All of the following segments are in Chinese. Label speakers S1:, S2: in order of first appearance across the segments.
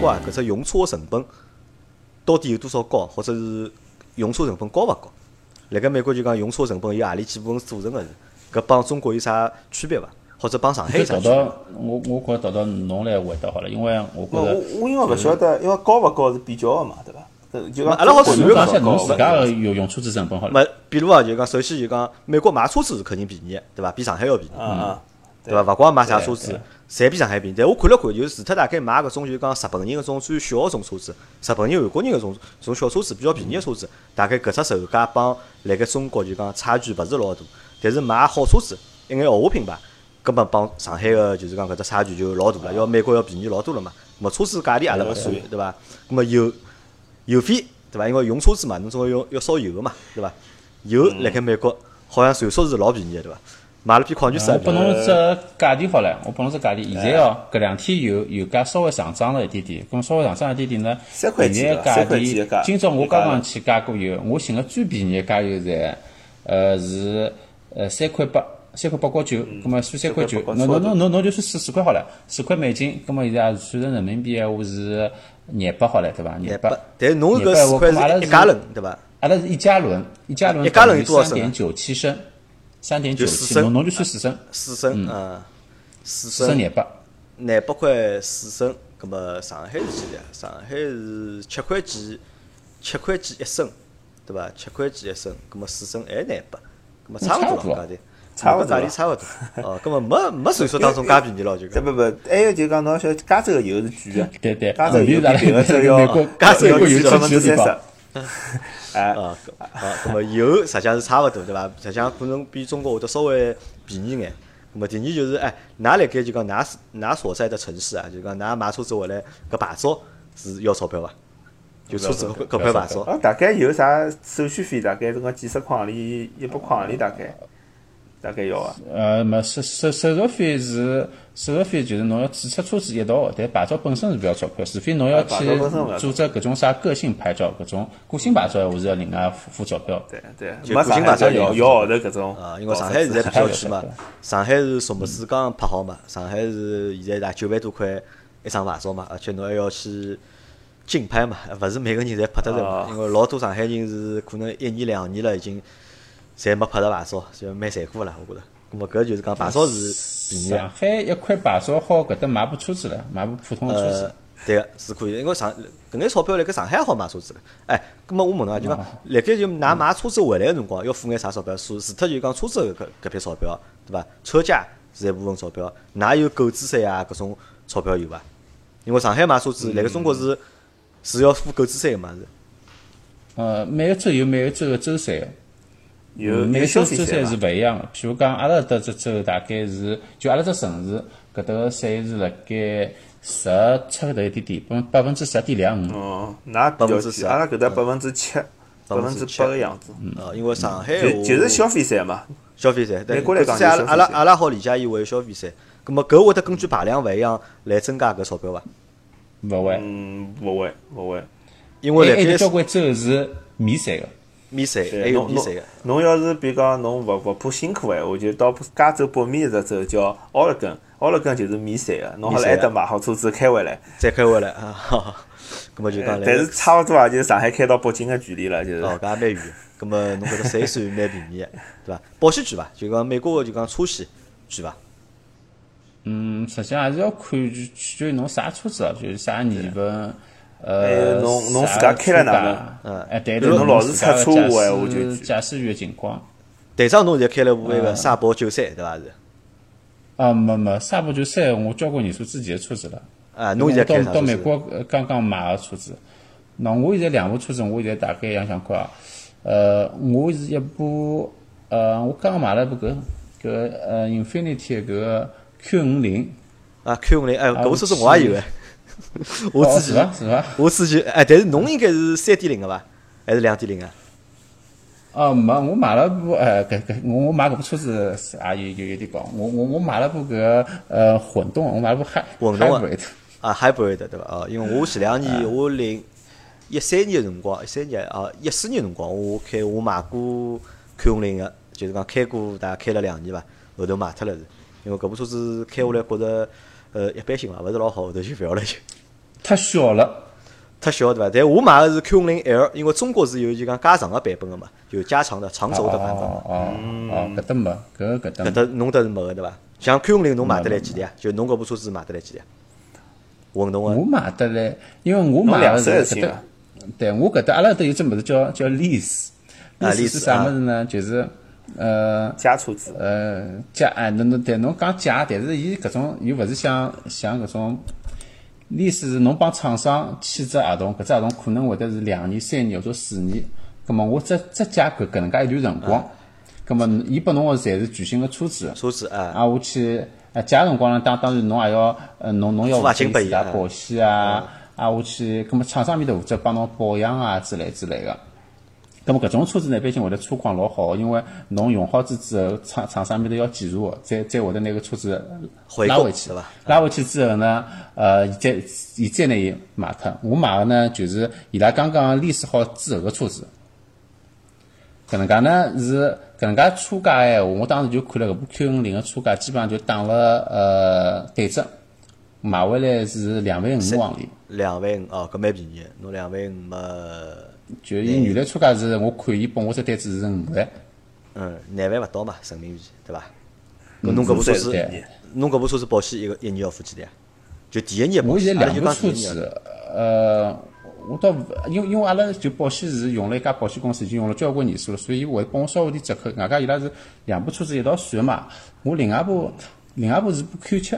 S1: 怪啊搿只用车成本到底有多少高，或者是用车成本高勿高？辣盖美国就讲用车成本有何里几部分组成个是？搿帮中国有啥区别伐？或者帮上海有啥
S2: 搿
S1: 区别？
S2: 道我我觉得搿道侬来回答好了，因为我觉
S3: 我
S2: 得
S3: 我因为勿晓得，因为高勿高是比较个嘛，对伐？呃就讲
S1: 阿拉好
S3: 中
S1: 随
S3: 国
S1: 便
S2: 侬讲一
S1: 讲高
S2: 下侬自家个用用车子成本好了。
S1: 没，比如啊，就讲首先就讲美国买车子是肯定便宜的，对伐？比上海要便宜。
S3: 啊啊，
S1: 对伐？勿管买啥车
S2: 对
S1: 子，侪比上海便宜。但我看了看，就是除脱大概买搿种就是讲日本人搿种最小个种车子，日本人、韩国人搿种种小车子比较便宜个车子，大概搿只售价帮辣盖中国就讲差距勿是老大。但是买好车子，一眼豪华品牌，根本帮上海个就是讲搿只差距就老大了，要美国要便宜老多了嘛。咾么车子价钿阿拉勿算，对伐？咾么油油费，对伐？因为用车子嘛，侬总归要要烧油个嘛，对伐？油辣盖美国好像传说是老便宜个，对伐？买了瓶矿泉水
S2: 我
S1: 也便
S2: 拨
S1: 宜。
S2: 侬只价钿好了，我拨侬只价钿。
S1: 哎
S2: 现在哦，搿两天油油价稍微上涨了一点点，咁稍微上涨一点点呢，
S3: 三块
S2: 现在
S3: 几
S2: 价
S3: 三块几的
S2: 钿
S3: 价，
S2: 今朝我
S3: 油价
S2: 刚刚去加过油，我寻个最便宜的加油站，呃是呃三块八。三块八角九，
S1: 嗯
S2: 咁么算三块九，
S3: 3.89
S2: 侬侬侬侬侬就算四十块好了，十块美金，咁么啊现在也算成人民币闲话是廿八好了，对伐？廿
S1: 廿
S2: 八
S1: 八，，但是侬
S2: 廿
S1: 搿
S2: 八
S1: 四
S2: 我看阿
S1: 块
S2: 拉
S1: 是一加仑对伐？
S2: 阿拉是一加仑，一加仑
S1: 一加仑有多少
S2: 三
S1: 升
S2: 点
S1: 啊
S2: 九七升，三点九
S1: 就四
S2: 七，
S1: 升
S2: 侬侬就算四升，
S1: 四升嗯，四
S2: 四升
S1: 升
S2: 廿八。
S1: 廿八块四升，葛末上海是几钿啊？上海是七块几，七块几一升，对伐？七块几一升，葛末四升还廿八，葛末差勿多了，
S3: 差
S1: 勿
S3: 不多
S1: 价钿 差勿多。哦，葛末没没传说当中介便宜了，就
S3: 这
S1: 讲
S3: 不不，还有就讲侬晓得加州个油是贵个，
S2: 对对，
S3: 加州
S2: 嗯
S3: 油
S2: 比
S3: 比别个州要
S2: 美国
S3: 加州
S2: 美国
S3: 贵
S2: 有
S3: 百分
S2: 只
S3: 之
S2: 地
S3: 三
S2: 方，
S3: 十。 哎，
S2: 嗯
S1: 啊，搿啊，葛末油实际上是差勿多，对伐？实际上可能比中国会得稍微便宜眼。葛末第二就是，哎，㑚辣盖就讲㑚㑚所在的城市啊，就讲㑚买车子回来搿牌照是要钞票伐？就车子搿搿块牌照，
S3: 哦，大概有啥手续费？大概总共几十块行钿，一百块行钿，大概大概要啊。
S2: 呃，没手手手续费是手续费，就是侬要注册车子一道，但牌照本身是不要钞票，除非侬要
S3: 啊
S2: 去
S3: 牌照本身勿要
S2: 注册搿种啥个性牌照，搿种个性牌照我是要另外付付钞票。
S3: 对对，
S1: 就
S3: 没
S1: 固定
S3: 上
S1: 牌
S3: 海
S1: 照
S3: 就要
S1: 有
S3: 要号头搿种
S1: 啊，因为上海现在
S2: 嗯
S1: 比较贵嘛，上海是什么子刚拍好嘛，上海是现在大九万多块一张牌照嘛，而且侬还要去竞拍嘛，勿是每个人侪拍得着嘛
S3: 啊，
S1: 因为老多上海人是可能一年两年了已经侪没拍着牌照，就蛮残酷个啦，我觉得。咁么搿就是讲牌照是便宜的
S2: 上，海一块牌照好，搿搭买部车子了，买部普通的车
S1: 呃
S2: 子。，
S1: 对个是可以的，因为上搿眼钞票辣盖上海也好买车子了。哎，咁么我问侬啊，就讲
S3: 哦
S1: 辣盖就㑚买车子回来个辰光要付眼啥钞票？除除脱就讲车子搿搿笔钞票，对伐？车价是一部分钞票，㑚有购置税啊搿种钞票有伐？啊因为上海买车子
S3: 嗯
S1: 辣盖中国是是要付购置税个嘛是。
S2: 呃，每个州有每个州个州税，
S3: 有
S2: 每
S3: 有
S2: 嗯个州
S3: 消
S2: 州
S3: 费
S2: 税
S3: 税
S2: 是
S3: 嘛？
S2: 勿一样的。譬如讲，阿拉搿只州大概是，就阿拉只城市搿搭个税是辣盖十出头一点点，百分百分之十点两五。
S3: 哦，那比
S1: 百分
S3: 较
S1: 之
S3: 贵，
S1: 十
S3: 阿拉搿搭百分之七、百分之
S1: 7%
S3: 八个样子，
S1: 呃，因为上海
S3: 就
S1: 话
S3: 嗯就是消费税嘛。
S1: 消费税，对，
S3: 美国来讲
S1: 搿是阿
S3: 就
S1: 拉
S3: 是消费
S1: 阿拉
S3: 税
S1: 阿拉好理解伊为消费税。咁么搿会得根据排量勿一样来增加搿钞票伐？啊
S2: 勿会，
S3: 嗯，勿会勿会。
S1: 因
S3: 哎
S2: 还
S1: 为
S2: 还有
S1: 辣
S2: 交
S1: 盖
S2: 关州是免税个。
S1: 免税，还
S3: 对，
S1: 有
S3: 侬
S1: 免
S3: 侬
S1: 税个。
S3: 侬要是比如讲侬勿勿怕辛苦哎，我就到加州北面一只州叫奥勒根，奥勒根就是免税个，侬
S1: 免
S3: 好了
S1: 税
S3: 还
S1: 的
S3: 得买好车子开回来，
S1: 再开回来 啊，哈哈，咁啊么就讲
S3: 呃
S1: 来，
S3: 但是差勿多也就是上海开到北京个距离了，就是
S1: 哦，搿也蛮远的，咁么侬搿只税算蛮便宜的，对伐？保险贵伐？就讲美国个就讲车险贵伐？
S2: 嗯，实际上还是要看取取决于侬啥车子啊，就是啥年份，
S3: 还
S2: 呃
S3: 有，侬侬
S2: 啥
S3: 自家开了哪
S2: 车
S3: 能
S2: 架
S1: 嗯
S2: 哎，对
S3: 比
S2: 对，
S3: 如侬老是
S2: 自家
S3: 出
S2: 的
S3: 车
S2: 驾
S3: 祸哎
S2: 驶
S3: 我就
S2: 驾驶员情况。
S1: 队长侬现在开了部那
S2: 呃
S1: 个沙宝九三，对伐是？
S2: 啊，没没，萨博就三，我交关年数之前的车子了。
S1: 啊，侬现在开
S2: 嗯到
S1: 啥
S2: 到
S1: 车
S2: 美
S1: 子？
S2: 国呃刚刚买个车子，那我现在两部车子，我现在大概想想看啊，呃，我是一部呃，我刚刚买了部搿搿呃 Infinity 搿个 Q 五零，
S1: 啊，Q 五零，哎，搿部车子
S2: 我
S1: 我也有哎， 我
S2: 哦
S1: 自
S2: 是
S1: 己
S2: 伐是伐？
S1: 我自己哎，但是侬应该是三点零个伐？还是两点零啊？
S2: 哦，没，我买了部呃，搿搿我我买搿部车子是啊，有有有点高，我我我买了部搿个呃混动，我买了部 hy
S1: 混动啊
S2: hybrid，
S1: 啊，hybrid 对伐？哦，因为我前两
S2: 哎
S1: 年我零一三年个辰光，一三年啊，一四年个辰光，我开我买过 Q 五零个，就是讲开过大概开了两年伐，后头卖脱了是，因为搿部车子开下来觉着呃一般性伐，勿是老好，后头就勿要了就。
S2: 太小了，
S1: 太小对伐？但我买个是 Q 零 L，因为中国是有就讲加长个版本个嘛，有加长的长轴的版本。
S2: 哦哦哦，
S1: 嗯
S2: 搿搭没，搿搿搭
S1: 搿
S2: 没。
S1: 搭侬搿搭是没个对伐？像 Q 零侬买得来几钿啊？就侬搿部车子买得来几钿啊？混动
S2: 我
S1: 个
S2: 买得来，因为我买
S3: 两
S2: 的
S3: 手也
S2: 是搿
S3: 行
S2: 搭
S3: 啊，
S2: 对我搿搭阿拉搿搭有只物事叫叫 lease，
S1: 啊
S2: lease
S1: lease，
S2: 是啥
S1: 啊
S2: 物事呢？就是呃
S3: 加车子，
S2: 呃借哎，侬侬对侬讲借，但是伊搿种又勿是像像搿种 lease 是侬帮厂商签只合同，搿只合同可能会得是两年、三年或者四年，葛末我只只借搿搿能介一段辰光，葛末伊拨侬个侪是全新个车子，
S1: 车子啊，
S2: 啊，我去呃，借个辰光呢，当当然侬也要呃，侬侬要
S1: 付押金
S2: 负责
S1: 拨伊
S2: 自家
S1: 啊
S2: 保险啊，啊，我去，葛么厂商面头负责帮侬保养啊之类之类个。葛么搿种车子呢，毕竟会得车况老好，因为侬用好之之后，厂厂商面头要检查的，再再会得拿个车子
S1: 回
S2: 拉
S1: 购
S2: 回去
S1: 对伐？
S2: 拉回去之后呢，呃，现在现在呢也买脱。我买个呢就是伊拉刚刚 lease 好之后个车子。搿能介呢是搿能介车价闲话，我当时就看了搿部 Q 五零个车价，基本上就打了呃对折，买回来是两万五往里。
S1: 两万五哦，搿蛮便宜的。侬两万五么，
S2: 就伊原来车价是我看伊拨我只单子是五万，
S1: 嗯，廿万勿到嘛，人民币对伐？搿
S2: 嗯
S1: 侬搿部车
S3: 是
S1: 子哎
S2: 的，
S1: 侬搿部车子保险一个一年要付几钿啊？就第一年保
S2: 我现
S1: 险，
S2: 在
S1: 阿拉啊就
S2: 两部
S1: 讲
S2: 车
S1: 第一年。
S2: 子，呃，我倒勿因为因为阿拉就保险是用了一家保险公司，已经用了交关年数了，所以伊会帮我稍微点折扣。外加伊拉是两部车子一道算嘛，我另外部另外部是部 Q 七，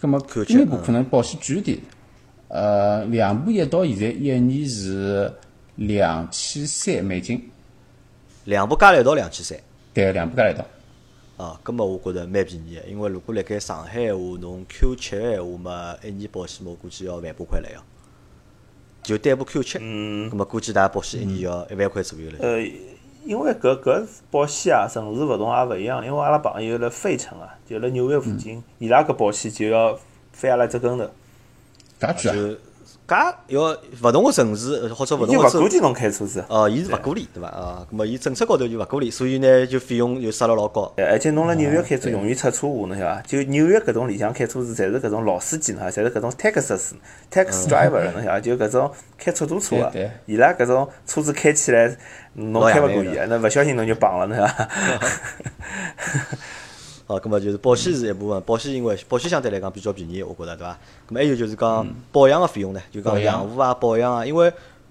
S2: 葛么
S1: Q7
S2: 那部可能保险贵一点。呃，两部一道现在一年是两千三美金，
S1: 两部加了一道两千三
S2: 对，两部加一道。
S1: 啊，搿么我觉着蛮便宜个，因为如果辣盖上海闲话，侬 Q 七闲话嘛，一年保险嘛，我估计要万把块来要。就单部 Q 七，嗯，搿么估计大家保险一年要一万块左右
S2: 嗯
S1: 了。
S3: 呃，因为搿搿保险啊，城市勿同也勿一样。因为阿拉朋友辣费城啊，就辣纽约附近，伊拉搿保险就要翻阿拉只跟头，
S2: 搿句啊，
S1: 就搿要勿同个城市呃或者勿
S3: 伊
S1: 同
S3: 就勿
S1: 个
S3: 鼓
S1: 州，
S3: 励侬开车子。
S1: 哦，伊是勿鼓励对伐？啊，葛么伊政策高头就勿鼓励，所以呢就费用就杀了老高。
S3: 而且
S1: 嗯
S3: 侬辣纽约开车容易出车祸，侬晓得伐？就纽约搿种里向开车子，侪是搿种老司机，侬晓得，侪是搿种 Texas
S1: 嗯
S3: tax driver，侬晓得伐，就搿种开出租车
S2: 对对
S3: 个，伊拉搿种车子开起来，侬
S1: 老
S3: 开
S1: 洋
S3: 勿
S1: 味
S3: 过
S1: 的
S3: 伊，啊那勿小心侬就绑了，侬晓得伐？
S1: 哦，葛么就是保险是一部分，保险因为保险相对来讲比较便宜，我觉着对伐？葛么还有就是讲
S3: 嗯
S1: 保养个费用呢，就
S2: 保
S1: 讲
S2: 养
S1: 养护啊、保养啊，因为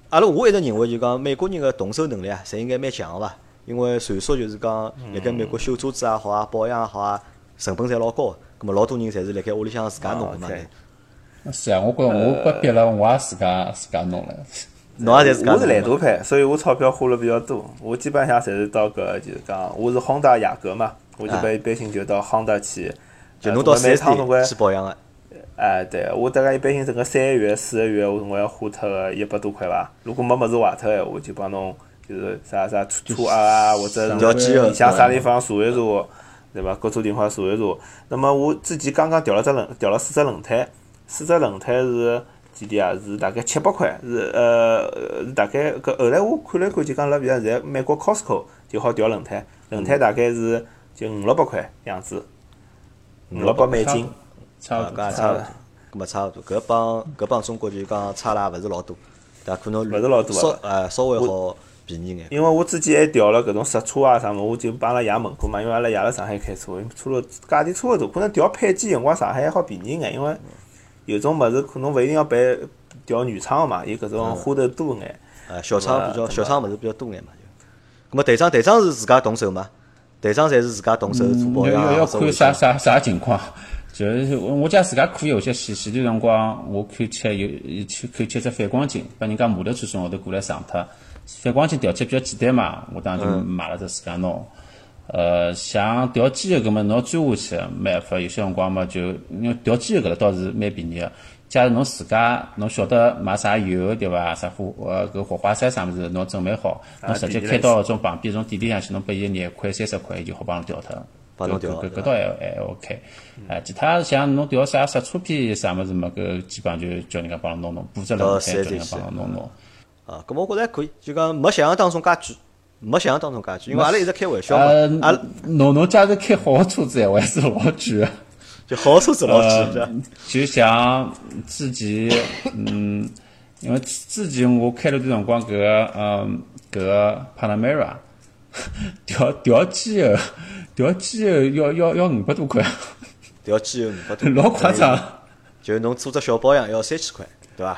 S1: 阿拉我一直认为就讲美国人个动手能力啊，侪应该蛮强个伐？因为传说就是讲
S3: 嗯
S1: 辣盖美国修车子也好啊、保养也好啊，成本侪老高个，葛么老多人侪是辣盖屋里向自家弄个嘛
S3: 哦，OK
S2: 是啊，我觉着我被逼了，我也自家自家弄了。
S1: 侬也侪自家
S3: 我是
S1: 弄
S3: 懒
S1: 个嘛。
S3: 惰派，所以我钞票花了比较多。我基本上侪是到搿就是讲，我是 Honda 雅阁嘛，我就
S1: 啊
S3: 一般性就到 Honda 去。
S1: 就
S3: 呃
S1: 侬到
S3: 我
S1: 四
S3: 每
S1: S
S3: 趟
S1: 店
S3: 总归
S1: 去保养个，啊
S3: 哎，对我大概一般性整个三个月、四个月，我总归要花脱个一百多块伐。如果没物事坏脱闲话，就帮侬就是啥啥车车压啊，或者
S1: 调机油
S3: 里向啥地方查一查，对伐？各种地方查一查。那么我之前刚刚调了只轮，调了四只轮胎，四只轮胎是几钿啊？是大概七百块，是呃呃是大概搿后来我看了看，就讲辣比现在美国 Costco 就好调轮胎，轮胎大概是就五六百块样子，五六百美金。
S2: 差
S1: 啊搿
S2: 不，多，
S1: 也
S2: 差
S1: 差勿
S2: 不多
S1: 多。，搿么差勿多，搿帮搿帮中国就是讲差了也勿是老多，对伐？可能
S3: 勿是老多啊
S1: 稍呃稍微好便宜眼。
S3: 因为我之前还调了搿种刹车啊啥么，我就帮阿拉爷问过嘛，因为阿拉爷辣上海开车，因为车路价钿差勿多，可能调配件辰光上海还好便宜眼，因为
S2: 嗯
S3: 有种物事可能勿一定要办调原厂嘛，
S2: 嗯
S3: 伊搿种花头多眼。
S1: 呃，小
S3: 对
S1: 厂
S3: 伐
S1: 比较
S3: 对
S1: 小厂物事比较多眼嘛。就，咁么队长队长是自家动手嘛？队长侪是自家动手做保
S2: 要
S1: 养
S2: 要
S1: 啊，
S2: 要
S1: 做
S2: 看
S1: 维
S2: 啥
S1: 修
S2: 啥啥情况，就是我我家自家可以，有些前前段辰光我看切有有去看切只反光镜，把人家摩托车从后头过来撞脱，反光镜调节比较简单嘛，我当时就买了只自家弄。呃，像调机油搿么，侬要钻下去，没办法，有些辰光嘛就因为调机油搿搭倒是蛮便宜个。假如侬自家侬晓得买啥油对伐？啥火呃搿火花塞啥物事，侬准备好，侬直接
S3: 便宜
S2: 开
S3: 了
S2: 到搿种旁边搿种店里向去，侬拨伊廿块三十块，伊就好帮侬调脱。
S1: 帮侬调对
S2: 搿
S1: 嗯
S2: 搿倒还还哎 OK。啊，其他像侬调啥刹车片啊啥物事嘛，搿基本上就叫人家帮侬弄弄，布置
S1: 到
S2: 了
S1: 四
S2: 再
S1: S
S2: 叫人家
S1: 店去
S2: 帮侬弄弄。
S1: 啊。咁我觉着还可以，就讲没想象当中介贵，没想象当中介贵，因为阿拉一直开玩笑嘛
S2: 呃，
S1: 阿拉
S2: 侬侬假如开好个车子闲话还是老贵个。
S1: 就好车子老几
S2: 呃
S1: 的，，
S2: 就像之前，嗯，因为之之前我开了段辰光，搿个嗯搿个 Panamera 调调机油，调机油要要要五百多块，
S1: 调机油五百多，
S2: 老夸
S1: 哎
S2: 张。
S1: 就是侬做只小保养要三千块，对伐？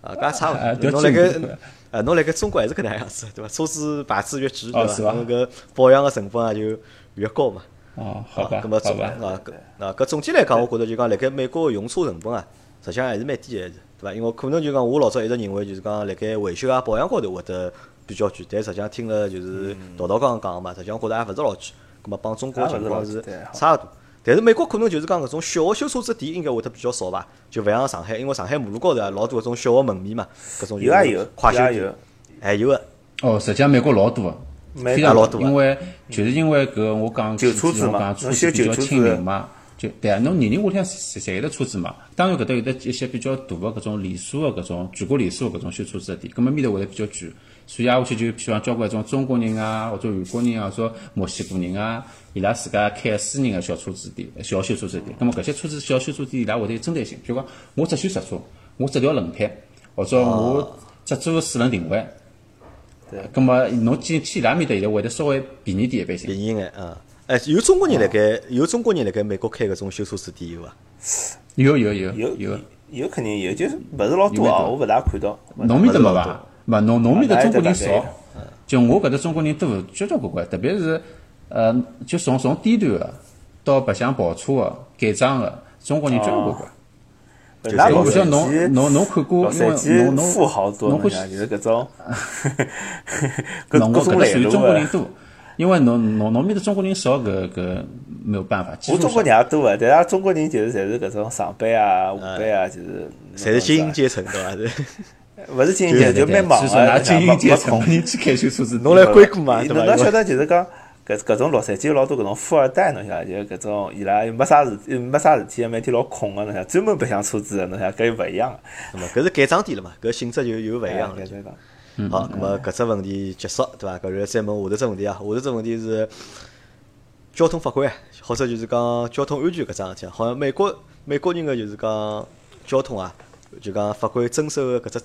S1: 啊，搿也差
S2: 啊
S1: 勿
S2: 调
S1: 多。侬辣
S2: 机油
S1: 盖
S2: 五百块
S1: 呃，侬辣盖中国还是搿能样子，对伐？车子牌子越贵，
S2: 哦
S1: 对
S2: 是
S1: 伐？
S2: 伐
S1: 侬搿保养个成本也就越高嘛。
S2: 哦，好
S1: 啊
S2: 吧，
S1: 咁么
S2: 好
S1: 总
S2: 吧，
S1: 啊，搿啊搿总体来讲，我觉得就讲辣盖美国个用车成本啊，实际上还是蛮低个，对伐？因为可能就讲我老早一直认为就是讲辣盖维修啊保养高头会得比较贵，但实际上听了就是
S3: 嗯
S1: 道道刚刚讲嘛，实际上觉得也勿是老贵，咁么帮中国个情况是
S3: 也勿是老贵对
S1: 差勿多。但是美国可能就是讲搿种小个修车子店应该会得比较少伐，就勿像上海，因为上海马路高头啊老多搿种小个门面嘛，搿种就
S3: 有也有
S1: 是，快修
S3: 有也
S1: 店
S3: 有，，
S1: 还哎有啊个
S2: 哦，实际上美国老多的，
S3: 美国啊
S2: 非常
S1: 老多的
S2: 因为就是因为搿个我讲
S3: 嗯旧
S2: 之
S3: 车子
S2: 前我
S3: 嘛
S2: 讲
S3: 侬
S2: 车子
S3: 修
S2: 比
S3: 旧
S2: 较
S3: 车
S2: 亲
S3: 子
S2: 民嘛，就对啊，侬年龄屋里向侪侪有得车子嘛。当然搿搭有得一些比较大的搿种连锁的搿种全国连锁的搿种修车子的店，葛末面头会得比较贵，所以挨下去就譬如讲交关种中国人啊，或者韩国人啊，或者墨西哥人啊，伊拉自家开私人的小车子店、小修车子店。葛末搿些车子小修车店伊拉会得有针对性，譬如讲我只修实车，我只调轮胎，或者
S3: 哦
S2: 我只做四轮定位。咁啊么侬去去伊拉面搭，现在会得稍微便宜点一般性。
S1: 便宜眼啊。哎，有中国人辣
S3: 哦
S1: 盖，有中国人辣盖美国开搿种修车子店有伐？啊
S2: 有有有
S3: 有
S2: 有，
S3: 有肯定有，就是勿是老多啊，我勿大看到。
S2: 侬面搭没
S1: 勿是老
S2: 伐？勿侬侬面搭中国人
S3: 啊那也得大
S2: 少，就我搿搭中国人多，交交关关，特别是呃，就从从低端个啊到白相啊跑车个改装个，中国人交交关
S3: 哦
S2: 关。
S3: 勿
S1: 是
S3: 大
S1: 老
S2: 我
S3: 老
S2: 不晓
S3: 手
S2: 得
S3: 机
S2: 侬侬侬看过，
S3: 老
S2: 因为
S3: 手机
S2: 侬侬
S3: 富豪多
S2: 侬
S3: 嘛，
S2: 会
S3: 就是 搿种， 各
S2: 侬
S3: 各
S2: 我搿
S3: 种
S2: 搭
S3: 来
S2: 属于
S3: 路
S2: 中国人
S3: 个。
S2: 多，因为侬侬侬面搭中国人少，搿搿没有办法。基
S3: 我
S2: 数
S3: 中国
S2: 少
S3: 人也多个，但阿拉中国人就是侪是搿种上班啊、下班啊，就是
S1: 侪是精英阶层对伐？ 是
S3: 勿是精英阶层，就蛮忙
S2: 所以说
S3: 个，
S2: 拿精英阶
S3: 没
S2: 层的人去开修车子店，
S1: 侬来硅谷嘛对
S3: 侬
S1: 伐
S3: 侬晓得就是讲搿搿种洛杉矶有老多搿种富二代，侬晓得就是搿种伊拉又没啥事，又没啥事体，每天老空啊个，侬晓得专门白相车子的，侬晓得搿又勿一样个。
S1: 那么搿是改装店了嘛？搿性质就嗯有勿一样了
S3: 哎。对对对
S1: 好，那么搿只问题结束对伐？搿然后再问下头只问题啊，下头只问题是交通法规啊，或者就是讲交通安全搿桩事体啊。好像美国美国人个就是讲交通啊，就讲法规遵守个搿只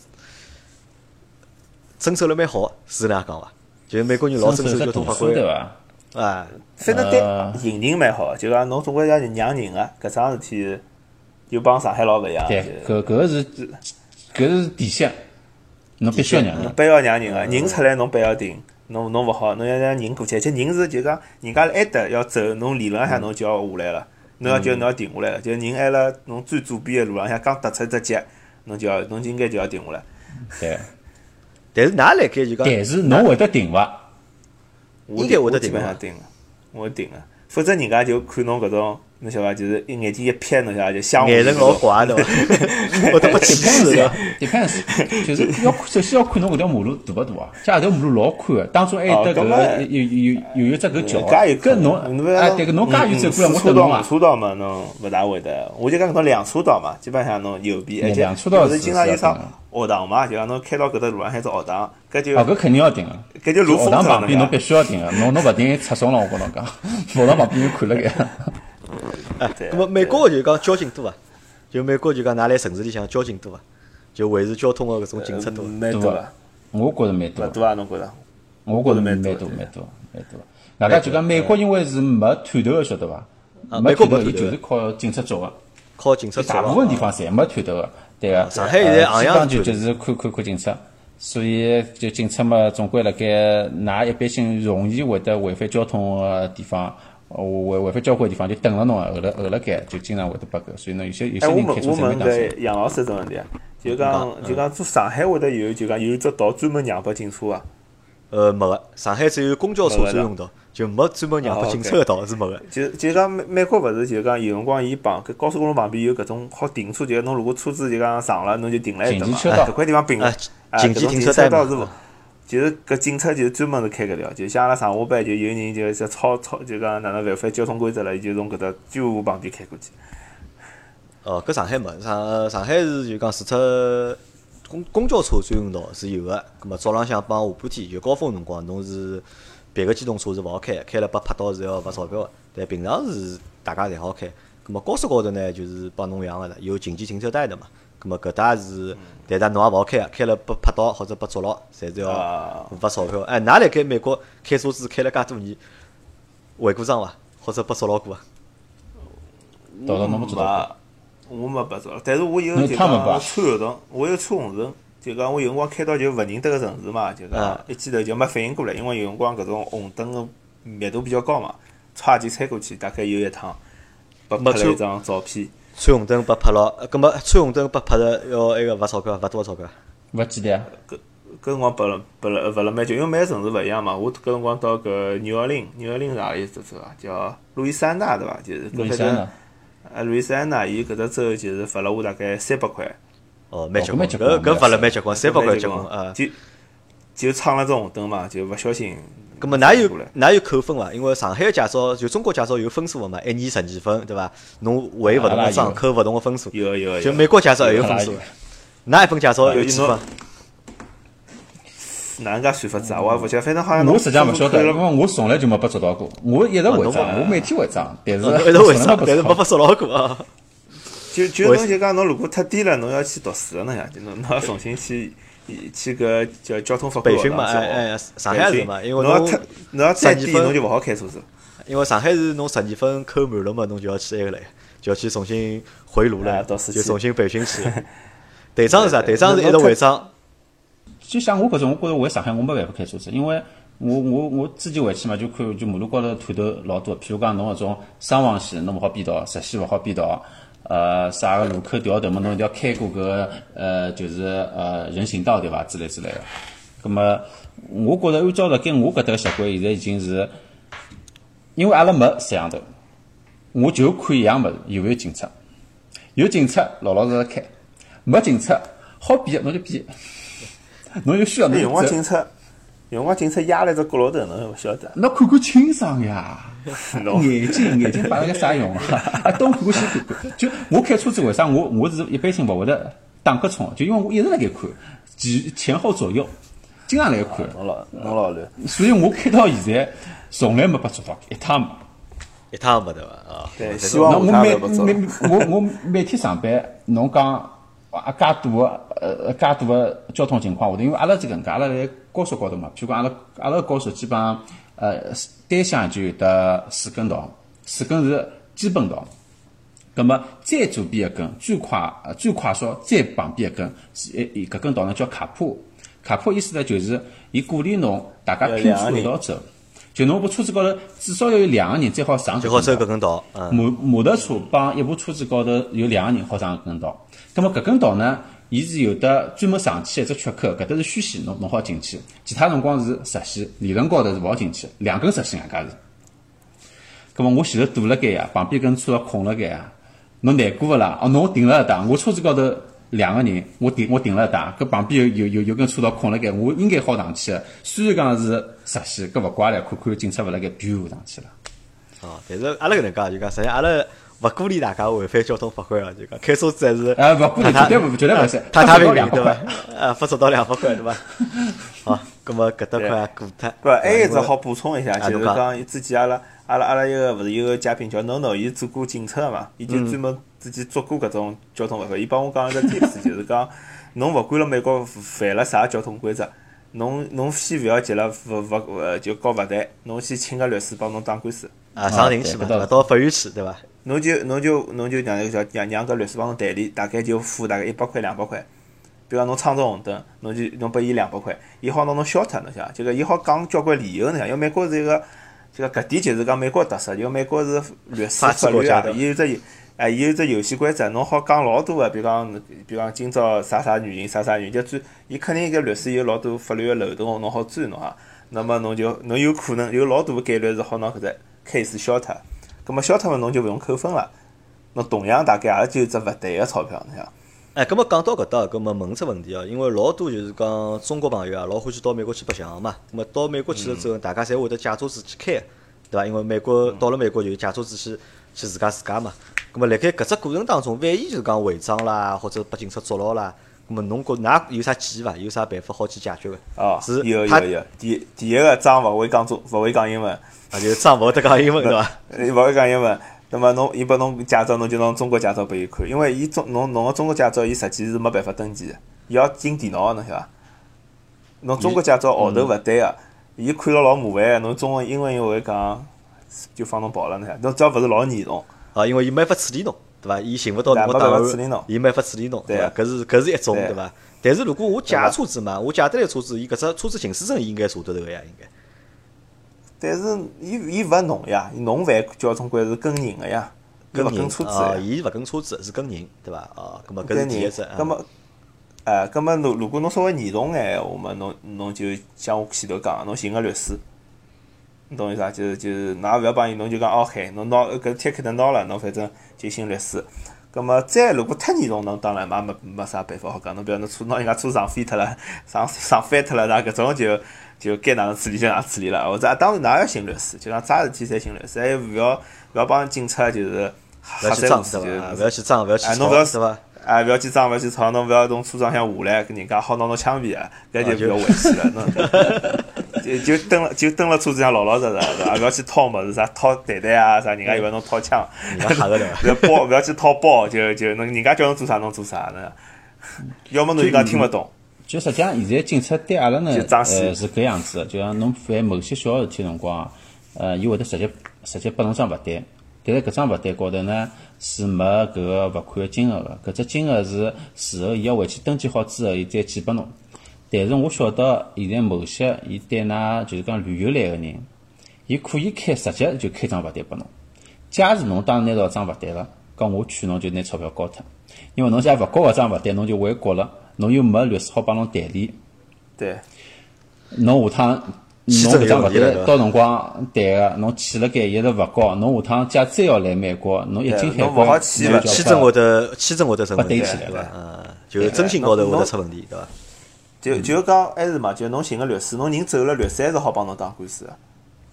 S1: 遵守了蛮好，是能样讲伐？就是美国人老遵守交通法规
S2: 对
S1: 的
S2: 伐？
S1: 啊，
S3: 反正对
S2: 呃
S3: 行人蛮好，就讲侬总归要让人个，搿桩事体又帮上海老勿一样。
S2: 对，搿搿个是搿是底线，侬必须要让
S3: 侬
S2: 人。
S3: 不要让人
S1: 嗯
S3: 个，人出来侬不要停，侬侬勿好，侬要让人过去，而且人是就讲人家辣埃搭要走，侬理论上侬就要下来了，侬要就侬要停下来了，就人挨辣侬最左边个路浪向刚踏出一只脚，侬就要侬就应该就要停下来。
S2: 对，
S1: 但是㑚辣盖就讲
S2: 但是侬会得顶 伐？
S3: 我
S1: 应该
S3: 我
S1: 会得
S3: 基
S1: 停
S3: 本
S1: 吧
S3: 上停个，我停个，否则人家就看侬搿种，侬晓得伐？就是一眼睛一瞥，侬晓得伐就相互
S1: 眼神
S3: 搿
S1: 老
S3: 种
S1: 怪对伐？ 会得不
S3: 啊
S1: 歧视对伐？
S2: depends，就是要看首先要看侬搿条马路大勿大啊。像搿条马路老宽个，当中还有得
S3: 哦
S2: 搿
S3: 搿么
S2: 个有有有有有一只搿桥
S3: 嗯，加油
S2: 搿侬啊对搿侬加油走过来，我
S3: 嗯车
S2: 等
S3: 道
S2: 侬
S3: 五
S2: 啊。
S3: 车道嘛，侬勿大会得。我就讲搿种两车道嘛，基本上侬右边，而且
S2: 两车道
S3: 勿是
S2: 是
S3: 经常有
S2: 是要
S3: 啥
S2: 等
S3: 学堂嘛，就讲侬开到搿搭路浪向一只学堂，搿就
S2: 哦，搿肯定要顶个。
S3: 搿就路
S2: 学
S3: 封
S2: 堂
S3: 上
S2: 旁边
S3: 了
S2: 侬必须要顶个，侬侬勿顶出送了，我跟侬讲。 学堂旁边有看 了该。
S3: 对啊
S1: 那么美国个就是讲交警多伐？就美国就讲，㑚来城市里向交警多伐？啊就维持交通个搿种警察多伐？啊
S3: 蛮多
S2: 多
S3: 个，
S2: 我觉着蛮多
S3: 勿
S2: 的。
S3: 啊多啊？侬觉着？
S2: 我觉着蛮
S3: 蛮
S2: 蛮
S3: 多
S2: 多
S3: 的
S2: 蛮多蛮多。外加就讲美国因为是没探头个，晓得伐？
S1: 啊美
S2: 没
S1: 国
S2: 探头，
S1: 没
S2: 伊
S1: 探头
S2: 就是靠警察抓个。
S1: 靠警察
S2: 大
S1: 抓伐
S2: 部分地方侪没探头个，对个。
S1: 啊上海现在
S2: 呃
S1: 昂
S2: 基
S1: 扬
S2: 本
S1: 是
S2: 上就
S1: 探头
S2: 就是看看看警察，所以就警察嘛，总归辣盖㑚一般性容易会得违反交通个地方。呃违违反交规的地方就等了侬啊，后来后来盖就经常会得拨搿，所以侬有些有些
S3: 哎，我
S2: 人
S3: 问
S2: 开车
S3: 我
S2: 侪没
S3: 问
S2: 当心。
S3: 搿杨老师只问题啊，就
S2: 嗯
S3: 讲就讲做上海会得有就讲有一只道专门让拨警车啊，
S1: 呃，没个，上海只有公交车
S3: 没个哦
S1: 专用道，就没专门让拨警察个道是没个。
S3: 就就讲美美国勿是就讲有辰光伊旁搿高速公路旁边有搿种好停车，就是侬如果车子就讲上了，侬就停辣一搭
S2: 紧
S3: 嘛。哎
S2: 急车道
S3: 搿块地方并勿
S1: 啊
S3: 啊
S1: 紧
S3: 搿
S1: 急
S3: 种
S1: 停
S3: 停
S1: 车带
S3: 道
S1: 嘛
S3: 是勿？就是搿警察就是专门是开搿条，就像阿拉上下班就有人就是超超就讲哪能违反交通规则了，伊就从搿搭居屋旁边开过去。
S1: 哦，搿上海没，上上海是就讲除脱公公交车专用道是有个，葛末早浪向帮下半天就高峰辰光，侬是别个机动车是勿好开的，开了被拍到是要罚钞票个。但平常是大家侪好开，咁么高速高头呢，就是帮侬养个了，有紧急停车带的嘛。咁么搿搭是，但是侬也勿好开啊，开了被拍到或者被捉牢，侪是要
S3: 啊
S1: 罚钞票。哎，㑚辣盖美国开车子开了介多年，违过章伐？或者被捉牢过啊伐？
S2: 到了侬不知道，
S3: 嗯我没白做，但是我有
S2: 那
S3: 就
S2: 他们啊吧
S3: 讲穿红绳，我有穿红绳，就讲我有辰光开到就勿认得个城市嘛，就
S1: 啊
S3: 讲一记头就没反应过来，因为有辰光搿种红灯个密度比较高嘛，差点穿过去，大概有一趟，被
S1: 没
S3: 拍了一
S1: 穿
S3: 张照片，
S1: 穿红灯被拍牢，呃咁么穿红灯被拍的要埃个罚钞票，罚多少钞票？
S2: 勿记得啊。
S3: 搿辰光拨了拨了拨了蛮久，因为每个城市勿一样嘛。我搿辰光到搿纽奥林，纽奥林是哪里一只州啊？叫路易斯安那对伐？就是
S2: 路
S3: 搿
S2: 易
S3: 只
S2: 斯安
S3: 叫
S2: 那，
S3: 啊路易斯安那，伊搿只州就是罚了我大概三百块。
S1: 哦，蛮结
S2: 哦
S1: 棍，
S2: 蛮结棍
S1: 搿搿罚了蛮结棍，三百块
S3: 蛮
S1: 结
S3: 结
S1: 棍
S3: 棍
S1: 啊。
S3: 就就闯了只红灯嘛，就勿小心。
S1: 咁么，㑚有
S3: 过来
S1: 㑚有扣分伐？因为上海个驾照就中国驾照有分数个嘛，一年十二分，对伐？侬违勿同
S2: 阿拉
S1: 个
S2: 有
S1: 章扣勿同个分数，
S3: 有有有，
S1: 就美国驾照也呃有分数
S2: 有
S1: 的。㑚一本驾照有几
S3: 有
S1: 分
S3: 侬？哪能介算法子啊？我也勿晓得，反正好像
S2: 我实际上勿晓得，
S3: 侬
S2: 因为我从来就没被捉到过。我一直违
S1: 啊
S2: 章，我每天违章，但是
S1: 哦 侬一直违
S2: 从来
S1: 章，
S2: 没
S1: 但是
S2: 被
S1: 没被。
S2: 捉到
S1: 捉牢过啊。
S3: 就就
S1: 我
S3: 侬就讲侬如果太低了，侬要去读书了，侬想，侬侬要重新去去搿叫交通法规
S1: 培训
S3: 学
S1: 嘛，
S3: 堂去
S1: 哎
S3: 学
S1: 哎，上海也是嘛，因为
S3: 侬要
S1: 侬
S3: 太侬要再
S1: 12
S3: 低，
S1: 分
S3: 侬就勿好开车子。
S1: 因为上海是侬十二分扣满了嘛，侬就要去埃个了，就要去重新回炉了，
S3: 啊到四
S1: 就
S3: 期
S1: 重新培训去。队长是啥？
S3: 对
S1: 队长是
S3: 侬
S1: 一直
S3: 侬
S1: 违章，
S2: 就像我搿种，我觉着回上海我没办法开车子，因为我我我之前回去嘛，就看就马路高头探头老多，譬如讲侬搿种双黄线侬勿好变道，直线勿好变道，呃，啥个路口调头嘛，侬一定要开过搿个呃就是呃人行道对伐？之类之类个。葛么，我觉着按照辣盖我搿搭个习惯，现在已经是，因为阿拉没摄像头，我就看一样物事有没有警察，有警察老老实实开，没警察好比侬就比。侬有需要侬
S3: 有辰光
S2: 就走
S3: 警察，有辰光警察压了只角落头，侬又勿晓得。
S2: 侬看看清爽呀。
S3: 侬
S2: 眼 睛眼睛摆了个啥用啊？ 啊，东看看西看看。就我开车子为啥我我是一般性勿会得打瞌冲，就因为我一直辣盖看，前前后左右，经常辣盖看，
S3: 侬老侬老乱，
S2: 所以我开到现在从来没被捉到过一趟没。
S1: 一趟也没对伐？啊，
S3: 对，
S1: 这
S3: 希
S1: 种
S2: 那
S3: 望
S2: 我
S3: 下趟
S2: 每
S3: 勿要走
S2: 每。我我每天上班，侬讲啊，介大个呃介大个交通情况下头，因为阿拉是搿能介，阿拉辣高速高头嘛，譬如讲阿拉阿拉个高速基本上呃单向就有得四根道，四根是基本道。葛么再左边一根，最快呃最快速再旁边一根，是一一搿根道呢叫卡坡。卡坡意思呢就是伊鼓励侬大家
S3: 要
S2: 拼
S3: 两
S2: 车
S3: 个
S2: 一
S3: 人
S2: 道走，就侬部车子高头至少要有两个人才好上
S1: 最
S2: 搿
S1: 好
S2: 根
S1: 走
S2: 道
S1: 搿根道，嗯，
S2: 摩摩托车帮一部车子高头有两个人好上搿根道，葛么搿根道呢，伊是有的专门上去一只缺口，搿搭是虚线，侬侬好进去，其他辰光是实线，理论高头是勿好进去，两根实线啊，搿是。葛么我前头堵辣盖呀，旁边跟车空辣盖呀，侬难过勿啦？哦，侬停了一搭，我车子高头两个人，我停我停了一搭，搿旁边有有有有根车道空辣盖，我应该好上去的。虽然讲是实线，搿勿怪唻，看看警察勿辣盖，飘上去了。
S1: 哦，但是阿拉搿能介就讲，实际上阿拉勿鼓励大家违反交通法规啊，就讲开车子还是
S2: 啊不鼓励
S1: 踏踏
S2: 绝对不绝对不是
S1: 踏踏平平
S2: 罚不到两百
S1: 对伐
S2: 块？
S1: 啊，罚则到两百块对伐？好，葛么搿搭块也过脱。
S3: 不，还有一
S1: 因
S3: 只
S1: 为
S3: 好补充一下，
S1: 啊
S3: 就
S1: 侬
S3: 是
S1: 讲
S3: 讲之前阿拉阿拉阿拉一个勿是有个嘉宾叫 NoNo，伊做过警察嘛，伊就专门自己做过搿种交通违法。伊帮我讲一只 tips，就是 讲侬勿管辣美国犯了啥交通规则，侬侬先勿要急了，勿勿呃就告罚单，侬先请个律师帮侬打官司。
S1: 啊，上庭去嘛，
S2: 啊对
S1: 对伐？到法院去对伐？
S3: 侬就侬就侬就让那个叫让让搿律师帮侬代理，大概就付大概一百块两百块。比如讲侬闯只红灯，侬就侬拨伊两百块，伊好拿侬消脱，侬想，就讲伊好讲交关理由，侬想，因为美国是一个，就讲搿点就是讲美国特色，就美国是律师
S1: 法治
S3: 法
S1: 国
S3: 律
S1: 家
S3: 啊
S1: 对，吧
S3: 伊有只游，哎，伊有只游戏规则，侬好讲老多个，啊比如讲比如讲今朝啥啥原因，啥啥原因，就钻，伊肯定搿律师有老多法律个漏洞，侬好钻侬啊。那么侬就侬有可能有老大个概率是好拿搿只 case 消脱，葛么消脱嘛侬就勿用扣分了，侬同样大概也就只勿对个钞票，侬想，
S1: 哎，葛么讲到搿搭，葛么问只问题哦，因为老多就是讲中国朋友啊，老欢喜到美国去白相嘛。葛么到美国去了之后，大家侪会得借车子去开，对伐？因为美
S3: 嗯
S1: 国到了美国就借车子去去自驾自驾嘛。葛么辣盖搿只过程当中，万一就是讲违章啦，或者被警察捉牢啦，葛么侬觉㑚有啥建议伐？有啥办法好去解决个？
S3: 哦，
S1: 啊是
S3: 有
S1: 他
S3: 有有，第第一个张勿会讲中，勿会讲英文，
S1: 啊，就是装勿会得讲英文对伐？
S3: 呃勿会讲英文。那么侬伊拨侬驾照，侬就拿中国驾照拨伊看，因为伊中侬侬个中国驾照，伊实际是没办法登记的，伊要进电脑个，侬晓得伐？侬中国驾照号头勿对个，
S1: 嗯
S3: 伊看了老麻烦个，侬中文、英文又会讲，就放侬跑了，侬晓得？侬只要勿是老严重，
S1: 啊，因为伊没法处理侬，对伐？伊寻勿到
S3: 对啊
S1: 侬个
S3: 没
S1: 档
S3: 办法处理
S1: 案
S3: 侬，
S1: 伊没法处理侬，对
S3: 对啊
S1: 伐？搿是搿是一种，
S3: 对
S1: 对伐？但是如果我借
S3: 对伐啊
S1: 车子嘛，我借得来车子，伊搿只车子行驶证伊应该查得到个呀，应该。
S3: 但是伊伊勿侬呀，侬犯交通规是跟人个呀，伊
S1: 跟
S3: 勿
S1: 人
S3: 跟车子
S1: 啊，
S3: 呀
S1: 伊勿跟车子，是跟人，对伐？啊，搿么搿
S3: 跟
S1: 是第一
S3: 人
S1: 只。啊，
S3: 那么，哎，那么如如果侬稍微严重眼闲话嘛，侬侬就像我前头讲的，侬寻个律师，侬懂意思啊？就是就是，㑚勿要帮伊，侬就讲哦 OK，侬拿搿贴开头拿了，侬反正就寻律师。那么再如果太严重，侬当然嘛没没啥办法好讲，侬比如侬车拿人家车撞飞脱了，撞撞翻脱了，那搿种就就该哪能处理就哪能处理了。或者啊当然㑚要寻律师，就讲啥事体侪寻律师，还有勿要勿要帮警察就是
S1: 勿要
S3: 瞎
S1: 去
S3: 三胡
S1: 争，
S3: 四，
S1: 对伐？啊勿要去争，勿要去吵，
S3: 就哎侬勿要
S1: 对伐？
S3: 哎，勿要去装，勿要去吵，侬勿要从车上向下来，跟人家好拿侬枪毙啊，搿就比较危险了。侬就 就蹲了，就蹲了车子上老老实实，对伐？勿要去掏物事，啥掏袋袋啊，啥人家又勿要侬掏枪，
S1: 人家吓个对伐？
S3: 勿要包，勿要去掏包，就就侬人家叫侬做啥侬做啥呢？要么侬人家听勿懂，
S2: 就实际上，现在警察对阿拉呢，
S3: 就
S2: 呃
S3: 装死
S2: 是搿样子的，就像侬犯某些小事体辰光，呃，伊会得直接直接拨侬张罚单，但是搿张罚单高头呢是没搿个罚款个金额个，搿只金额是事后伊要回去登记好之后，伊再寄拨侬。但是我晓得现在某些伊对㑚就是讲旅游来个人，伊可以开直接就开张罚单拨侬。假使侬当时拿到张罚单了，搿我劝侬就拿钞票交脱，因为侬现在勿交搿张罚单，侬就回国了，侬又没律师好帮侬代理，
S3: 对，
S2: 侬下趟
S1: 签证
S2: 侬搿
S1: 有
S2: 张罚
S1: 问题了对伐
S2: 单到辰光对个，侬去了该一直勿交，侬下趟假再要来美国，侬一
S1: 哎
S2: 进
S3: 对
S2: 海
S3: 侬勿好
S2: 关，
S3: 去
S2: 侬 就
S3: 了
S1: 签
S2: 交
S1: 证
S2: 罚
S1: 会得，签证会得成问
S2: 不
S1: 题，
S2: 对起来
S1: 对伐？
S2: 了
S1: 啊，就是征信
S3: 哎
S1: 高头会得出问题，对伐？
S3: 就就讲还是嘛，就侬寻个律师，侬人走了，律师还是好帮侬打官司个。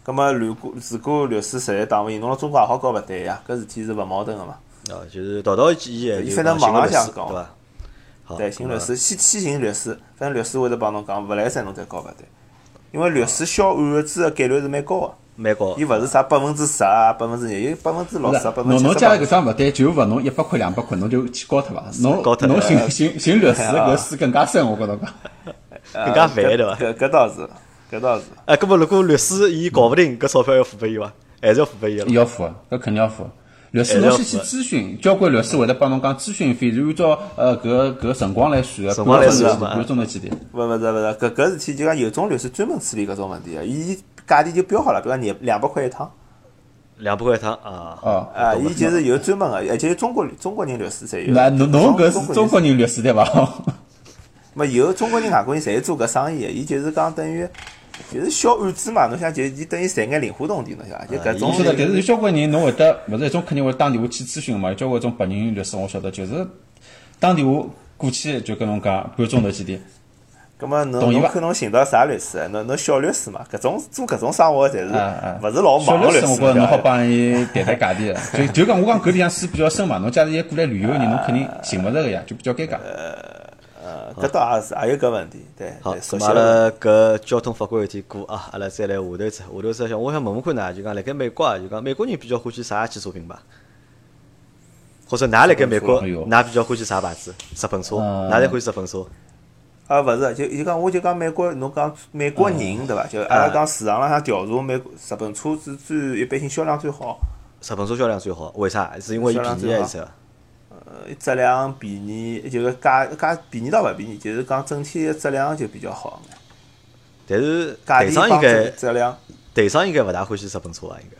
S3: 葛末如果如果律师实在打勿赢，侬辣中国也好搞勿对呀，搿事体是勿矛盾个嘛。
S1: 啊，就是道道建议，
S3: 伊
S1: 就
S3: 反正
S1: 讲寻
S3: 网
S1: 个
S3: 浪
S1: 律
S3: 向
S1: 师，对
S3: 讲
S1: 伐？好，
S3: 对，寻
S1: 咁
S3: 律
S1: 啊
S3: 师，先先寻律师，反正律师会得帮侬讲，勿来三侬再交罚单。因为律师销案个知个概率是蛮
S2: 哦
S3: 高
S1: 蛮高
S3: 个，伊。勿是啥百分之十啊，百分之廿，有百分之六
S2: 不
S3: 十啊
S2: 是，啊
S3: 百分之
S2: 侬
S3: 七
S2: 侬
S3: 十
S2: 借搿张勿对，就罚侬一百块两百块，侬就去交脱伐？侬
S1: 交脱
S2: 侬
S1: 对
S2: 寻寻寻 律师
S3: 哎啊
S2: 搿事更加深，我觉着讲。
S1: 更加烦
S3: 搿
S1: 对伐
S3: 搿搿倒是，搿倒是，
S1: 哎，搿么如果律师伊搞勿定，搿钞票要付拨伊伐？还是要付拨伊个咯？
S2: 要付，搿肯定要付。律
S1: 还
S2: 师
S1: 是
S2: 侬
S1: 哎要
S2: 先去
S1: 付
S2: 咨询，交关律师会得帮侬讲咨询费是按照呃搿搿辰光来算的，
S1: 辰光来算
S2: 半个小时
S1: 嘛
S2: 半个钟头几钿。
S3: 勿勿是勿是，搿搿事体就讲有种律师专门处理搿种问题个，伊价钿就标好了，比如讲两两百块一趟，
S1: 两百块一趟啊，
S2: 哦，
S3: 啊，伊就是有专门个，而且中国中国人律师侪有。
S2: 那侬侬搿是中
S3: 中
S2: 国人律师对伐？
S3: 么有中国人、外国人侪做搿生意个，伊就是讲等于就是小案子嘛，侬想就伊等于赚眼零花铜钿，侬想就搿种
S2: 哎我晓得，但是有交关人侬会得勿是一种肯定会打电话去咨询嘛，有交关种白人律师我晓得就是打电话过去就跟侬讲半个钟头几钿。
S3: 咁么
S2: 懂
S3: 侬
S2: 伊
S3: 侬
S2: 伐
S3: 看侬寻到啥律师？侬侬小律师嘛，搿种做搿种生活的侪是
S2: 啊啊，
S3: 勿是老
S2: 小
S3: 忙
S2: 律
S3: 的律
S2: 师，我觉着
S3: 师
S2: 侬好
S3: 对伐？
S2: 帮伊谈谈价钿的。就就讲我讲搿里向水比较深嘛，侬假如一过来旅游个人，侬肯定寻勿着个呀，就比较尴尬。
S3: 呃搿倒也是，也有搿问题，对。
S1: 好，
S3: 对熟
S1: 咁
S3: 悉
S1: 阿
S3: 了
S1: 拉搿交通法规事体过啊，阿拉再来下头一只，下头一只想，我想问问看㑚，就讲辣盖美国啊，就讲美国人比较欢喜啥汽车品牌？或者㑚辣盖美国，
S2: 哎呦
S1: 㑚比较欢喜啥牌子？日本车，㑚
S2: 嗯
S1: 侪欢喜日本车？
S3: 啊，勿是，就伊讲，我就讲美国，侬讲美国人对伐？就阿
S2: 啊
S3: 拉讲市场浪向调查，美国日本车子最一般性销量最好，
S1: 日本车销量最好，为啥？是因为伊
S3: 销
S1: 便宜
S3: 量最
S1: 还
S3: 好
S1: 是啥？
S3: 呃，质量便宜，就是价价便宜倒勿便宜，就是讲整体的质量就比较好。
S1: 但是
S3: 价
S1: 台
S3: 钿
S1: 商
S3: 帮
S1: 应
S3: 质
S1: 该，
S3: 质量，
S1: 台商应该勿大欢喜日本车伐？应该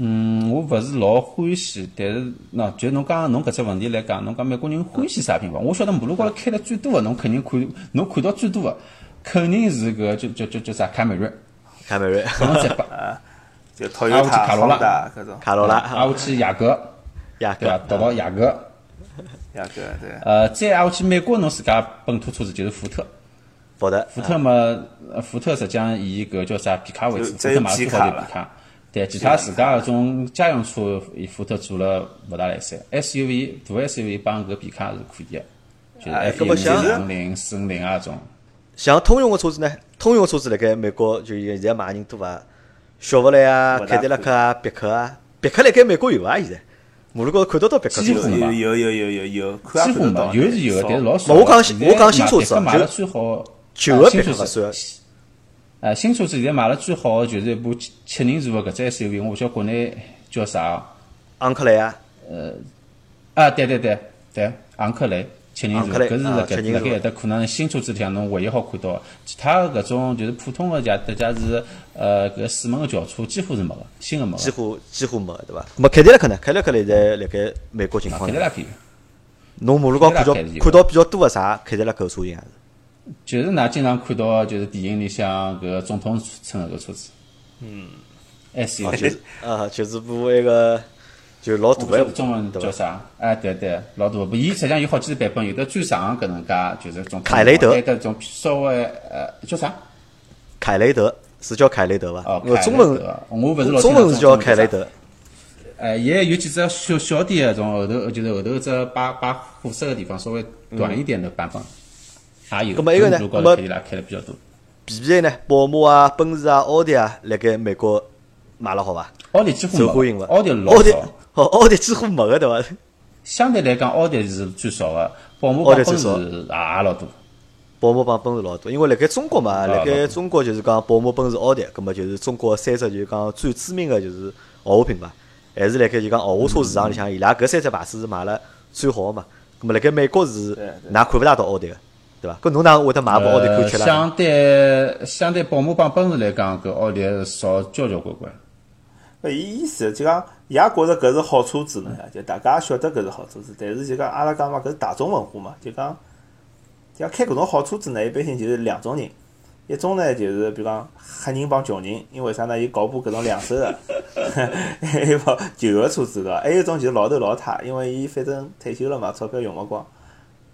S2: 嗯，我勿是老欢喜，但是喏，就侬讲侬搿只问题来讲，侬讲美国人欢喜啥品牌？我晓得马路高头开了最多的，侬肯定看，侬看到最多的，肯定是搿就就就就啥凯美瑞，
S1: 凯美瑞、
S2: 侬再把
S3: 就
S2: 啊我去
S3: Toyota、
S2: 卡罗拉
S3: Honda 搿种，
S1: 卡罗
S2: 啊，
S1: 拉、
S2: 我去雅阁，
S1: 雅
S2: 对伐
S1: 阁？，
S2: 淘到雅阁，
S3: 呀搿对。
S2: 呃，再啊，我去美国侬自家本土车子就是福特，
S1: 福特。
S2: 福特嘛，呃福特实际上以搿叫啥皮卡为主，
S3: 就
S2: 福
S3: 只有
S2: 特买
S3: 皮
S2: 最
S3: 卡
S2: 好就
S3: 了
S2: 皮卡。对，其他自家搿种家用车，伊福特做了勿大来三。SUV 大 SUV 帮搿皮卡是可以的，就是
S3: 哎
S2: F
S1: 搿么
S2: 一
S1: 像
S2: 五零、五零、四五零啊搿种。
S1: 像通用个车子呢，通用个车子辣盖美国就现在买的人多伐？雪佛兰啊、
S3: 勿大
S1: 凯迪拉克啊、别克啊，别克辣盖美国有啊伐？现在马路高头看得到别克
S2: 几
S1: 车
S2: 乎
S1: 子。
S3: 有有有有有有，
S2: 几
S3: 看也
S2: 乎
S3: 看得
S2: 没
S3: 到，
S2: 有是有的，但是
S3: 少
S2: 老少。
S1: 我讲
S2: 现在
S1: 我讲新车子
S2: 买
S1: 就
S2: 了最好，
S1: 旧的
S2: 啊
S1: 别
S2: 新
S1: 克
S2: 车
S1: 勿算，
S2: 子啊，新车子现在买了最好的就是一部七七人座的搿只 SUV，我勿晓得国内叫啥啊。
S1: 昂克莱啊，
S2: 啊，对对对对，昂克雷。七人
S1: 昂克
S2: 座，
S1: 雷
S2: 搿是
S1: 啊
S2: 辣
S1: 七
S2: 盖
S1: 人
S2: 辣
S1: 座
S2: 盖搿搭可能新车子里向侬唯一好看到的，其他的搿种就是普通的，像大家是呃搿四门个轿车几乎是没个，新个没
S1: 几
S2: 个。
S1: 乎几乎没，对伐？咾么凯迪拉克呢？凯迪拉克现在辣盖美国情况
S2: 啊凯迪
S1: 呢？
S2: 拉克有
S1: 侬马路高看到
S2: 凯迪拉
S1: 看
S2: 克
S1: 到比较多个啥凯迪拉克车 型啊？
S2: 就是㑚经常看到，就是电影里向搿总统乘的搿车子，
S1: 哦，就
S2: 嗯，SUV，
S1: 是呃，就是部那个哦就老大
S2: 我不晓
S1: 个
S2: 得中文
S1: 对
S2: 叫
S1: 伐？
S2: 啥？哎，对对，老大不，伊实际上有好几只版本，有的最长搿能介，就是总统
S1: 凯雷德
S2: 还有得种稍微呃叫啥？
S1: 凯雷德是叫凯雷德伐？
S2: 哦，
S1: 我
S2: 凯
S1: 中
S2: 雷
S1: 文
S2: 德我勿是老
S1: 中文是叫凯雷德。
S2: 哎，也有几只小小点的，种后头呃就是后头只把把货色的地方稍微短一点的版本，也有。
S1: 嗯那么一个呢
S2: 中国
S1: 那么
S2: 高头凯迪拉开的比较多。
S1: BBA 呢，宝马啊、奔驰啊、奥迪啊，辣盖美国卖了好伐？
S2: 奥迪几乎没
S1: 受
S2: 有，
S1: 欢迎伐？
S2: 奥迪老
S1: 奥迪
S2: 少，
S1: 哦，奥迪几乎没个对伐？
S2: 相对来讲，奥迪是最少的，宝马
S1: 奥迪
S2: 跟奔
S1: 最少
S2: 驰也也老多。
S1: 宝马帮奔驰老多，因为辣盖中国嘛，
S2: 啊
S1: 辣盖
S2: 老
S1: 中国就是讲宝马、奔驰、奥迪，葛末就是中国三只就是讲最知名个就是豪华品牌，还是辣盖就讲豪华车市场里向，伊拉搿三只牌子是卖了最好个嘛。葛末辣盖美国是
S3: 对对
S1: 㑚看勿大到奥迪个，对伐？搿侬哪会得买部奥迪
S2: 呃
S1: Q 七啦？
S2: 相对相对宝马帮奔驰来讲，搿奥迪少交交关关。
S3: 呃，伊意思就讲，也觉着搿是好车子呢，就大家也晓得搿是好车子，但是就讲阿拉讲嘛，搿是大众文化嘛，就讲，就讲开搿种好车子呢，一般性就是两种人，一种呢就是比如讲黑人帮穷人，因为啥呢？伊搞部搿种两手的，一部旧个车子对伐？还有一种就是老头老太，因为伊反正退休了嘛，钞票用勿光，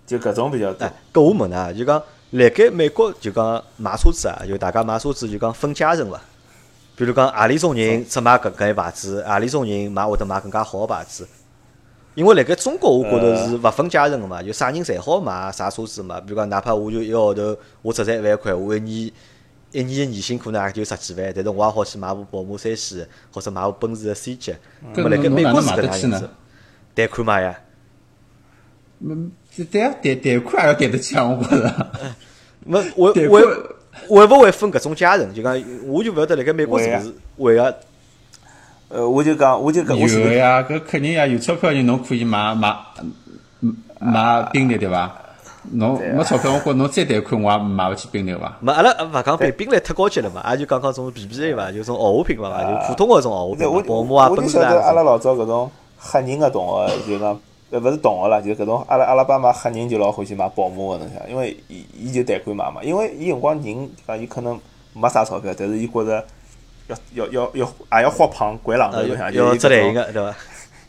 S3: 就搿种比较多
S1: 哎。，搿我问㑚，就讲辣盖美国就讲买车子啊，就大家买车子就讲分阶层伐？比如讲何里种人只买搿搿一牌子，何里种人买会得买更加好个牌子。因为辣盖中国，我觉得
S2: 呃
S1: 是勿分阶层个嘛，就啥人侪好买啥车子嘛。比如讲，哪怕我就一个号头，我只赚一万块，我一年一年个年薪可能也就十几万，但是我也好去买部宝马三系，或者买部奔驰个 C 级。那么辣盖
S2: 搿侬
S1: 美
S2: 嗯哪
S1: 国
S2: 能
S1: 是
S2: 买
S1: 搿
S2: 得
S1: 能
S2: 起
S1: 样
S2: 呢
S1: 子，贷款买呀。
S2: 对啊，贷贷款也要贷得起啊，我觉着。
S1: 没我
S2: 对
S1: 我
S2: 会
S1: 会不会分搿种阶层？就讲我就勿晓得辣盖美国是勿
S3: 啊
S1: 是会啊个
S3: 呃，我就讲，我就讲，我
S2: 有
S3: 是
S2: 呀，搿肯定呀，有钞票人侬可以买买嗯买
S3: 啊
S2: 宾利对伐？侬没钞票，我觉侬再贷款我也买勿起宾利伐？
S1: 没阿拉勿讲宾宾利太高级了嘛，也就讲讲种 BBA 伐，就种豪华品牌伐，就普通个种豪华
S3: 啊对，
S1: 品
S3: 我
S1: 牌，宝马啊、
S3: 我就
S1: 奔驰
S3: 晓得阿拉
S1: 啊。
S3: 老早搿种黑人个同学，就讲呃勿是同学啦，就是搿种阿拉阿拉爸妈黑人就老欢喜买宝马个侬啊想，因为伊伊就贷款买嘛，因为伊辰光人讲伊可能没啥钞票，但是伊觉着要要要要也要花胖掼浪头
S1: 呃
S3: 侬想，
S1: 要
S3: 只
S1: 只类型个对伐？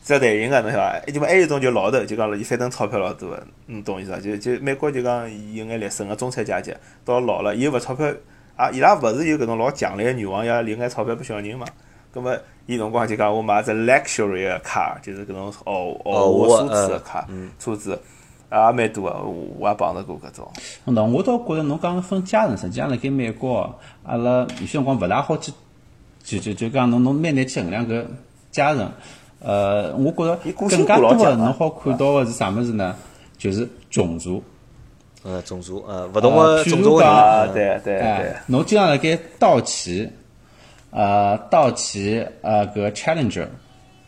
S3: 只代言个啊侬晓得伐？哎就嘛还有一种就老头，就讲了伊反正钞票老多个，侬懂意思伐？就就美国就讲有眼劣绅个中产阶级，到老了伊又勿钞票，啊，伊拉勿是有搿种老强烈个愿望要留眼钞票拨小人嘛？葛末伊辰光就讲我买只 luxury 个 car，就是搿种豪豪华
S1: 哦
S3: 奢侈个
S1: 呃
S3: car 车子，也蛮多个，我我也碰着过搿种。
S2: 那我倒觉着侬讲分家人，实际上辣盖美国哦，阿拉有些辰光勿大好去，就就就讲侬侬蛮难去衡量搿家人。呃，我觉着
S3: 伊个性
S2: 更加
S3: 化
S2: 多
S3: 老强
S2: 的
S3: 啊
S2: 侬好看到的是啥物事呢？就是种族。
S1: 呃，种族呃，勿同个
S2: 呃譬
S1: 种
S2: 如
S1: 族个
S2: 讲
S1: 人，
S3: 啊，对对对
S2: 哎，，侬经常辣盖道奇，呃，道奇，呃，搿 Challenger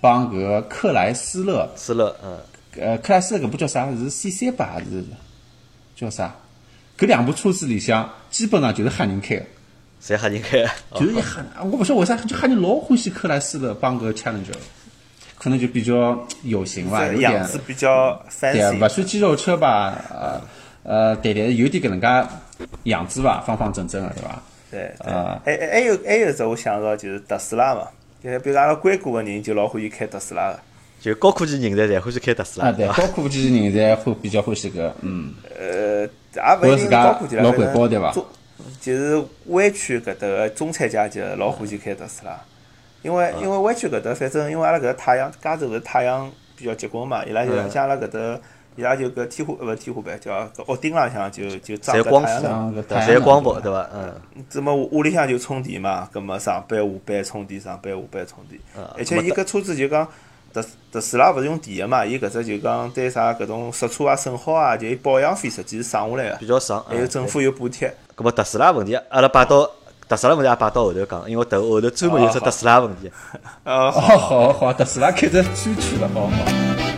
S2: 帮搿克莱斯勒，
S1: 是了，嗯，
S2: 呃，克莱斯勒搿部叫啥？是 CC 吧还是叫啥？搿两部车子里向基本上就是黑人开的，
S1: 侪黑人开。哦
S2: 就是一黑人，我勿晓得为啥，就黑人老欢喜克莱斯勒帮搿 Challenger，可能就比较有型伐，
S3: 这
S2: 有
S3: 样
S2: 点
S3: 子比较
S2: 对啊，
S3: fancy
S2: 勿。算肌肉车吧，呃呃，对对，有点搿能介样子伐，方方正正的对伐？
S3: 对，对
S2: 啊
S3: 还还还有还有一只我想到就是特斯拉嘛，就是比如讲阿拉硅谷个人就老欢喜开特斯拉个，
S1: 就高科技人才侪欢喜开特斯拉，
S2: 啊，对，
S1: 伐？
S2: 高科技人才会比较欢喜搿，嗯，
S3: 呃，也勿一定是高科技啦，
S2: 老
S3: 反正
S2: 环保对伐
S3: 中就是湾区搿搭个中产阶级老欢喜开特斯拉，因为因为湾区搿搭反正因为阿拉搿搭太阳，加州搿太阳比较结棍嘛，伊拉就像阿拉搿搭伊拉就搿天花勿是天花板，叫搿屋顶浪向就就装
S1: 侪
S3: 只
S1: 光啊
S3: 太阳
S1: 伏
S3: 能。
S2: 上个
S1: 对伐？
S2: 太
S1: 侪
S2: 阳能
S1: 光伏对伐？嗯，
S3: 怎么屋里向就充电嘛，葛么上班下班充电，上班下班充电
S1: 啊。
S3: 而且伊搿车子就讲特特斯拉勿是用电个嘛，伊搿只就讲对啥搿种刹车啊、损耗啊，就伊保养费实际是省下来
S1: 比
S3: 个，
S1: 较省。
S3: 还有
S1: 嗯
S3: 政府有补贴。
S1: 咁么特斯拉问题，阿拉摆到特斯拉问题也摆到后头讲，因为后后头专门有只特斯拉问题。
S3: 呃，
S2: 哦，好好，特斯拉开始追去了，好好。